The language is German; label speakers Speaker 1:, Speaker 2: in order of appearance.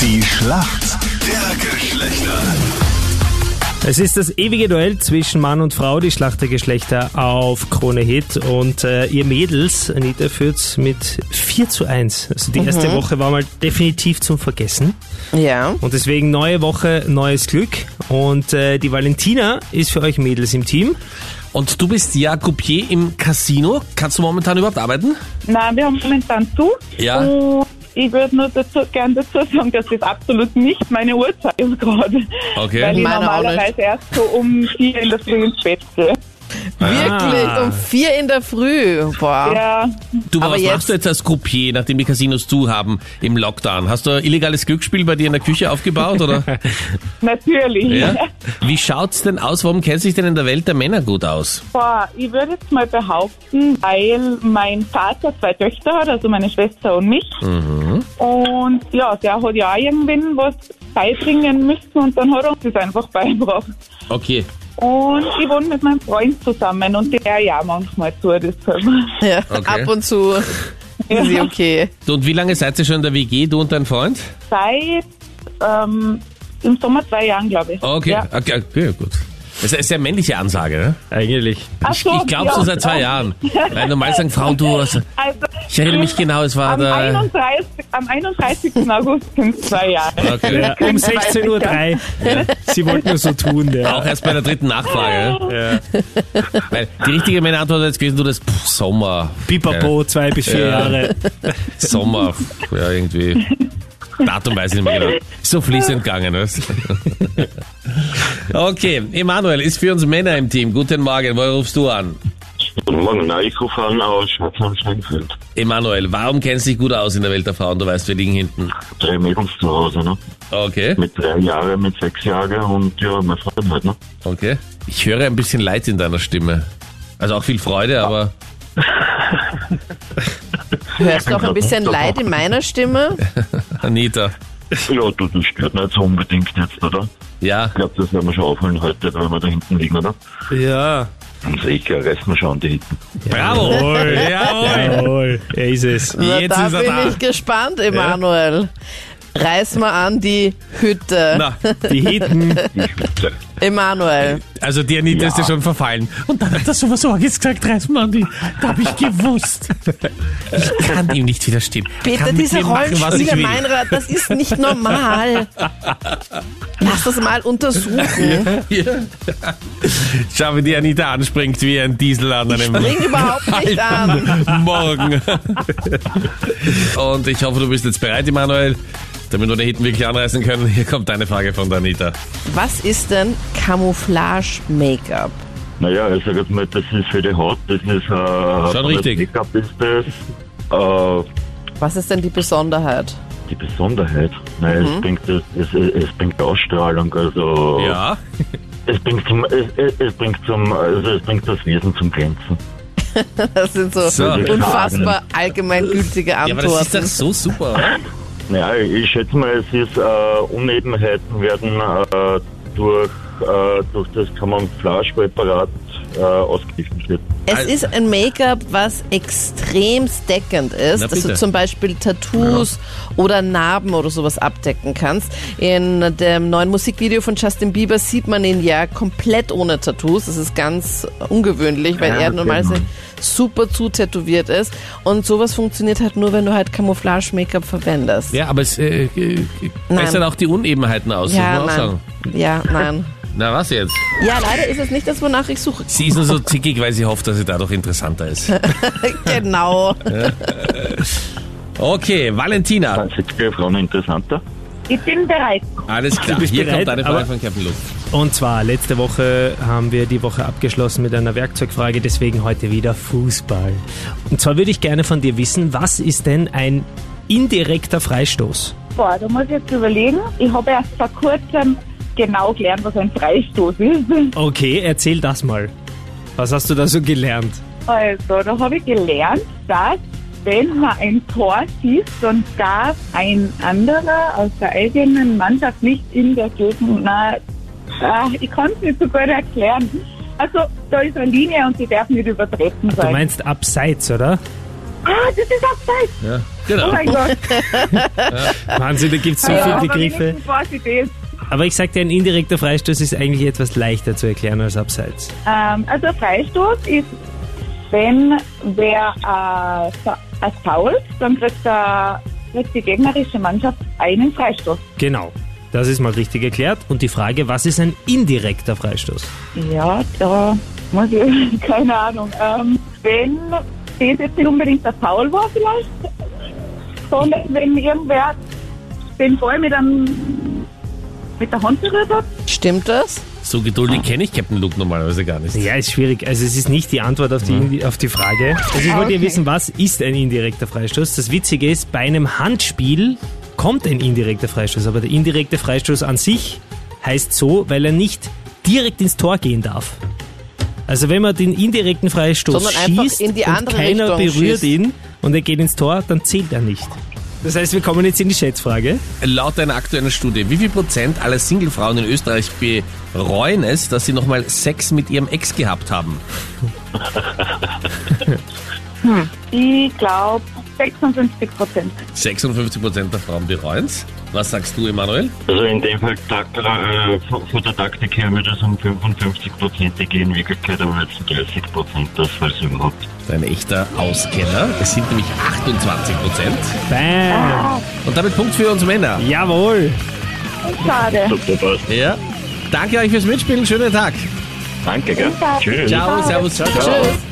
Speaker 1: Die Schlacht der Geschlechter.
Speaker 2: Es ist das ewige Duell zwischen Mann und Frau, die Schlacht der Geschlechter auf Krone Hit. Und äh, ihr Mädels, Anita führt mit 4 zu 1. Also die erste Woche war mal definitiv zum Vergessen.
Speaker 3: Ja.
Speaker 2: Und deswegen neue Woche, neues Glück. Und äh, die Valentina ist für euch Mädels im Team.
Speaker 4: Und du bist ja Coupier im Casino. Kannst du momentan überhaupt arbeiten?
Speaker 5: Nein, wir haben momentan zu.
Speaker 4: Ja.
Speaker 5: Und ich würde nur dazu, gern dazu sagen, dass das absolut nicht meine Uhrzeit ist gerade.
Speaker 4: Okay.
Speaker 5: Weil ich
Speaker 3: Meine auch
Speaker 5: normalerweise erst so um vier in der Früh ins Bett gehe.
Speaker 3: Wirklich,
Speaker 4: Ah.
Speaker 3: um vier in der Früh. Boah.
Speaker 5: Ja,
Speaker 4: Du, aber
Speaker 3: Aber
Speaker 4: was
Speaker 3: jetzt-
Speaker 4: machst du jetzt als Coupier, nachdem die Casinos zu haben im Lockdown? Hast du ein illegales Glücksspiel bei dir in der Küche aufgebaut, oder?
Speaker 5: natürlich.
Speaker 4: ja. Wie schaut's denn aus? Warum kennt sich denn in der Welt der Männer gut aus?
Speaker 5: Boah, ich würde jetzt mal behaupten, weil mein Vater zwei Töchter hat, also meine Schwester und mich.
Speaker 4: Mhm.
Speaker 5: Und ja, der hat ja auch irgendwann was beibringen müssen und dann hat er uns das einfach beigebracht.
Speaker 4: Okay.
Speaker 5: Und ich wohne mit meinem Freund zusammen und der ja manchmal zu, deshalb.
Speaker 3: Ja.
Speaker 4: Okay.
Speaker 3: Ab und zu ist sie okay.
Speaker 4: Du, Und wie lange seid ihr schon in der WG, du und dein Freund?
Speaker 5: Seit ähm, im Sommer zwei Jahren, glaube ich.
Speaker 4: Okay,
Speaker 5: Ja.
Speaker 4: okay, okay gut. Das ist ja eine männliche Ansage, ne?
Speaker 2: Eigentlich.
Speaker 5: Ach so,
Speaker 4: ich glaube
Speaker 5: Oh, ja.
Speaker 4: so seit zwei Jahren. Weil normal sagen Frau, du, hast-
Speaker 5: Also,
Speaker 4: ich erinnere mich genau, es war
Speaker 5: am,
Speaker 4: der...
Speaker 5: 31, am 31. August sind es zwei Jahre.
Speaker 4: Okay.
Speaker 2: Ja, um 16.03 Uhr. Sie wollten nur so tun,
Speaker 4: Auch
Speaker 2: der.
Speaker 4: erst bei der dritten Nachfrage. ne?
Speaker 2: Ja.
Speaker 4: Weil die richtige Männerantwort wäre jetzt gewesen, du, das pff, Sommer.
Speaker 2: Pipapo, zwei bis vier
Speaker 4: Ja.
Speaker 2: Jahre.
Speaker 4: Sommer, ja, irgendwie. Datum weiß ich nicht mehr genau. Ist So fließend gegangen. Ne? Okay, Emanuel ist für uns Männer im Team. Guten Morgen, woher rufst du an?
Speaker 6: Guten Morgen, um na, ich rufe an aus Schwarzheim-Steinfeld.
Speaker 4: Emanuel, warum kennst du dich gut aus in der Welt der Frauen? Du weißt, wir liegen hinten.
Speaker 6: Drei Mädels zu Hause, ne?
Speaker 4: Okay,
Speaker 6: Mit drei Jahren, mit sechs Jahren und ja, meine Freundin halt, ne?
Speaker 4: okay. Ich höre ein bisschen Leid in deiner Stimme. Also auch viel Freude, aber
Speaker 3: Hörst du auch ein bisschen Leid in meiner Stimme?
Speaker 4: Anita.
Speaker 6: Ja, du, das stört nicht so unbedingt jetzt, oder?
Speaker 4: Ja,
Speaker 6: Ich glaube, das werden wir schon aufholen heute, wenn wir da hinten liegen, oder?
Speaker 2: Ja.
Speaker 6: Sicher, reißen wir schon die hinten.
Speaker 4: bravo.
Speaker 2: Jawohl.
Speaker 4: Jawohl.
Speaker 2: Jawohl. Er ist es.
Speaker 3: Na,
Speaker 4: Jetzt
Speaker 3: da
Speaker 4: ist er
Speaker 3: bin
Speaker 4: da.
Speaker 3: ich gespannt, Emanuel. Reiß mal an die Hütte.
Speaker 4: Na,
Speaker 2: Die Hitten.
Speaker 6: Ich bitte.
Speaker 3: Emanuel.
Speaker 4: also die Anita ist ja schon verfallen. Und dann hat er sowas Orges gesagt, Reismann, da habe ich gewusst. Ich kann ihm nicht widerstehen.
Speaker 3: Bitte
Speaker 4: kann mit
Speaker 3: diese
Speaker 4: dir machen, was ich
Speaker 3: Rollenspiele,
Speaker 4: will.
Speaker 3: Meinrad, das ist nicht normal. Lass das mal untersuchen.
Speaker 4: Schau, wie die Anita anspringt wie ein Diesel an einem
Speaker 3: Bring überhaupt nicht an.
Speaker 4: Morgen. Und ich hoffe, du bist jetzt bereit, Emanuel, damit wir da hinten wirklich anreißen können. Hier kommt deine Frage von der Anita.
Speaker 3: Was ist denn Camouflage-Make-up?
Speaker 6: Naja, ich sag jetzt mal, das ist für die Haut, das ist, äh, Schon
Speaker 4: richtig.
Speaker 6: Pickup ist das, äh,
Speaker 3: Was ist denn die Besonderheit?
Speaker 6: die Besonderheit. Nein, es bringt, das, es, es bringt Ausstrahlung, also.
Speaker 4: Ja.
Speaker 6: Es bringt zum, es, es, es bringt zum, also es bringt das Wesen zum Glänzen.
Speaker 3: Das sind so,
Speaker 6: Ah.
Speaker 4: So.
Speaker 3: unfassbar allgemeingültige
Speaker 4: Ja, aber das ist doch
Speaker 3: Antworten.
Speaker 4: so super, oder?
Speaker 6: Ja, ich schätze mal, es ist, äh, Unebenheiten werden äh, durch, äh, durch das Camouflage-Präparat äh, ausgeglichen.
Speaker 3: es ist ein Make-up, was extrem deckend ist,
Speaker 4: Na
Speaker 3: dass du
Speaker 4: bitte.
Speaker 3: zum Beispiel Tattoos oder Narben oder sowas abdecken kannst. In dem neuen Musikvideo von Justin Bieber sieht man ihn ja komplett ohne Tattoos. Das ist ganz ungewöhnlich, weil
Speaker 6: Ja,
Speaker 3: er
Speaker 6: das
Speaker 3: normalerweise
Speaker 4: genau.
Speaker 6: kennt
Speaker 3: super zutätowiert ist. Und sowas funktioniert halt nur, wenn du halt Camouflage-Make-up verwendest.
Speaker 4: Ja, aber es äh, äh, bessert auch die Unebenheiten aus,
Speaker 3: Ja,
Speaker 4: muss man auch
Speaker 3: nein.
Speaker 4: sagen.
Speaker 3: Ja, nein.
Speaker 4: Na, was jetzt?
Speaker 3: Ja, leider ist es nicht das, wonach ich suche.
Speaker 4: Sie ist nur so zickig, weil sie hofft, dass sie dadurch interessanter ist.
Speaker 3: genau.
Speaker 4: Okay, Valentina.
Speaker 6: Sind sexuelle Frauen interessanter?
Speaker 5: Ich bin bereit.
Speaker 4: Alles klar,
Speaker 2: bist
Speaker 4: hier
Speaker 2: bereit,
Speaker 4: kommt deine
Speaker 2: aber-
Speaker 4: Frage von Captain Luke.
Speaker 2: Und zwar, letzte Woche haben wir die Woche abgeschlossen mit einer Werkzeugfrage, deswegen heute wieder Fußball. Und zwar würde ich gerne von dir wissen, was ist denn ein indirekter Freistoß?
Speaker 5: Boah, da muss ich jetzt überlegen. Ich habe erst vor kurzem genau gelernt, was ein Freistoß ist.
Speaker 2: Okay, erzähl das mal. Was hast du da so gelernt?
Speaker 5: Also, da habe ich gelernt, dass wenn man ein Tor schießt und darf ein anderer aus der eigenen Mannschaft nicht in der Gegend. Na, ah, ich kann es nicht so gut erklären. Also, da ist eine Linie und die darf nicht übertreten
Speaker 2: Du
Speaker 5: sein.
Speaker 2: meinst abseits, oder?
Speaker 5: Ah, das ist abseits.
Speaker 4: Ja,
Speaker 5: Oh
Speaker 4: genau.
Speaker 5: mein Gott.
Speaker 2: Wahnsinn, da gibt es so
Speaker 5: Ja,
Speaker 2: viele
Speaker 5: aber
Speaker 2: Begriffe.
Speaker 5: wenigstens war sie das.
Speaker 2: Aber ich sag dir, ein indirekter Freistoß ist eigentlich etwas leichter zu erklären als Abseits.
Speaker 5: Ähm, also Freistoß ist, wenn wer äh, fa- es fault, dann kriegt, der, kriegt die gegnerische Mannschaft einen Freistoß.
Speaker 2: Genau. Das ist mal richtig erklärt. Und die Frage, was ist ein indirekter Freistoß?
Speaker 5: Ja, da muss ich, keine Ahnung. Ähm, wenn das jetzt nicht unbedingt der Foul war vielleicht, sondern wenn irgendwer den Ball mit, einem, mit der Hand berührt hat,
Speaker 3: Stimmt das?
Speaker 4: So geduldig kenne ich Captain Luke normalerweise gar nicht.
Speaker 2: Ja, ist schwierig. Also es ist nicht die Antwort auf die, Indi- auf die Frage. Also ich wollte ja
Speaker 3: okay.
Speaker 2: wissen, was ist ein indirekter Freistoß? Das Witzige ist, bei einem Handspiel kommt ein indirekter Freistoß. Aber der indirekte Freistoß an sich heißt so, weil er nicht direkt ins Tor gehen darf. Also wenn man den indirekten Freistoß
Speaker 3: Sondern einfach
Speaker 2: schießt
Speaker 3: in die
Speaker 2: und
Speaker 3: andere
Speaker 2: keiner
Speaker 3: Richtung
Speaker 2: berührt
Speaker 3: schießt.
Speaker 2: ihn und er geht ins Tor, dann zählt er nicht. Das heißt, wir kommen jetzt in die Schätzfrage.
Speaker 4: Laut einer aktuellen Studie, wie viel Prozent aller Singlefrauen in Österreich bereuen es, dass sie nochmal Sex mit ihrem Ex gehabt haben?
Speaker 5: ich glaube 56 Prozent.
Speaker 4: 56 Prozent der Frauen bereuen es. Was sagst du, Emanuel?
Speaker 6: Also in dem Fall Takt, äh, von von der Taktik her würde es um 55% gehen, in Wirklichkeit aber jetzt um 30%, das falls überhaupt.
Speaker 4: Ein echter Auskenner. Es sind nämlich 28 Prozent.
Speaker 3: Ah.
Speaker 2: Bam!
Speaker 4: Und damit Punkt für uns Männer.
Speaker 2: Jawohl!
Speaker 5: Schade.
Speaker 6: Super, passt.
Speaker 4: Ja. Danke euch fürs Mitspielen. Schönen Tag.
Speaker 6: Danke, gell? Tschüss.
Speaker 4: Ciao, servus. Ciao,
Speaker 3: Tschüss.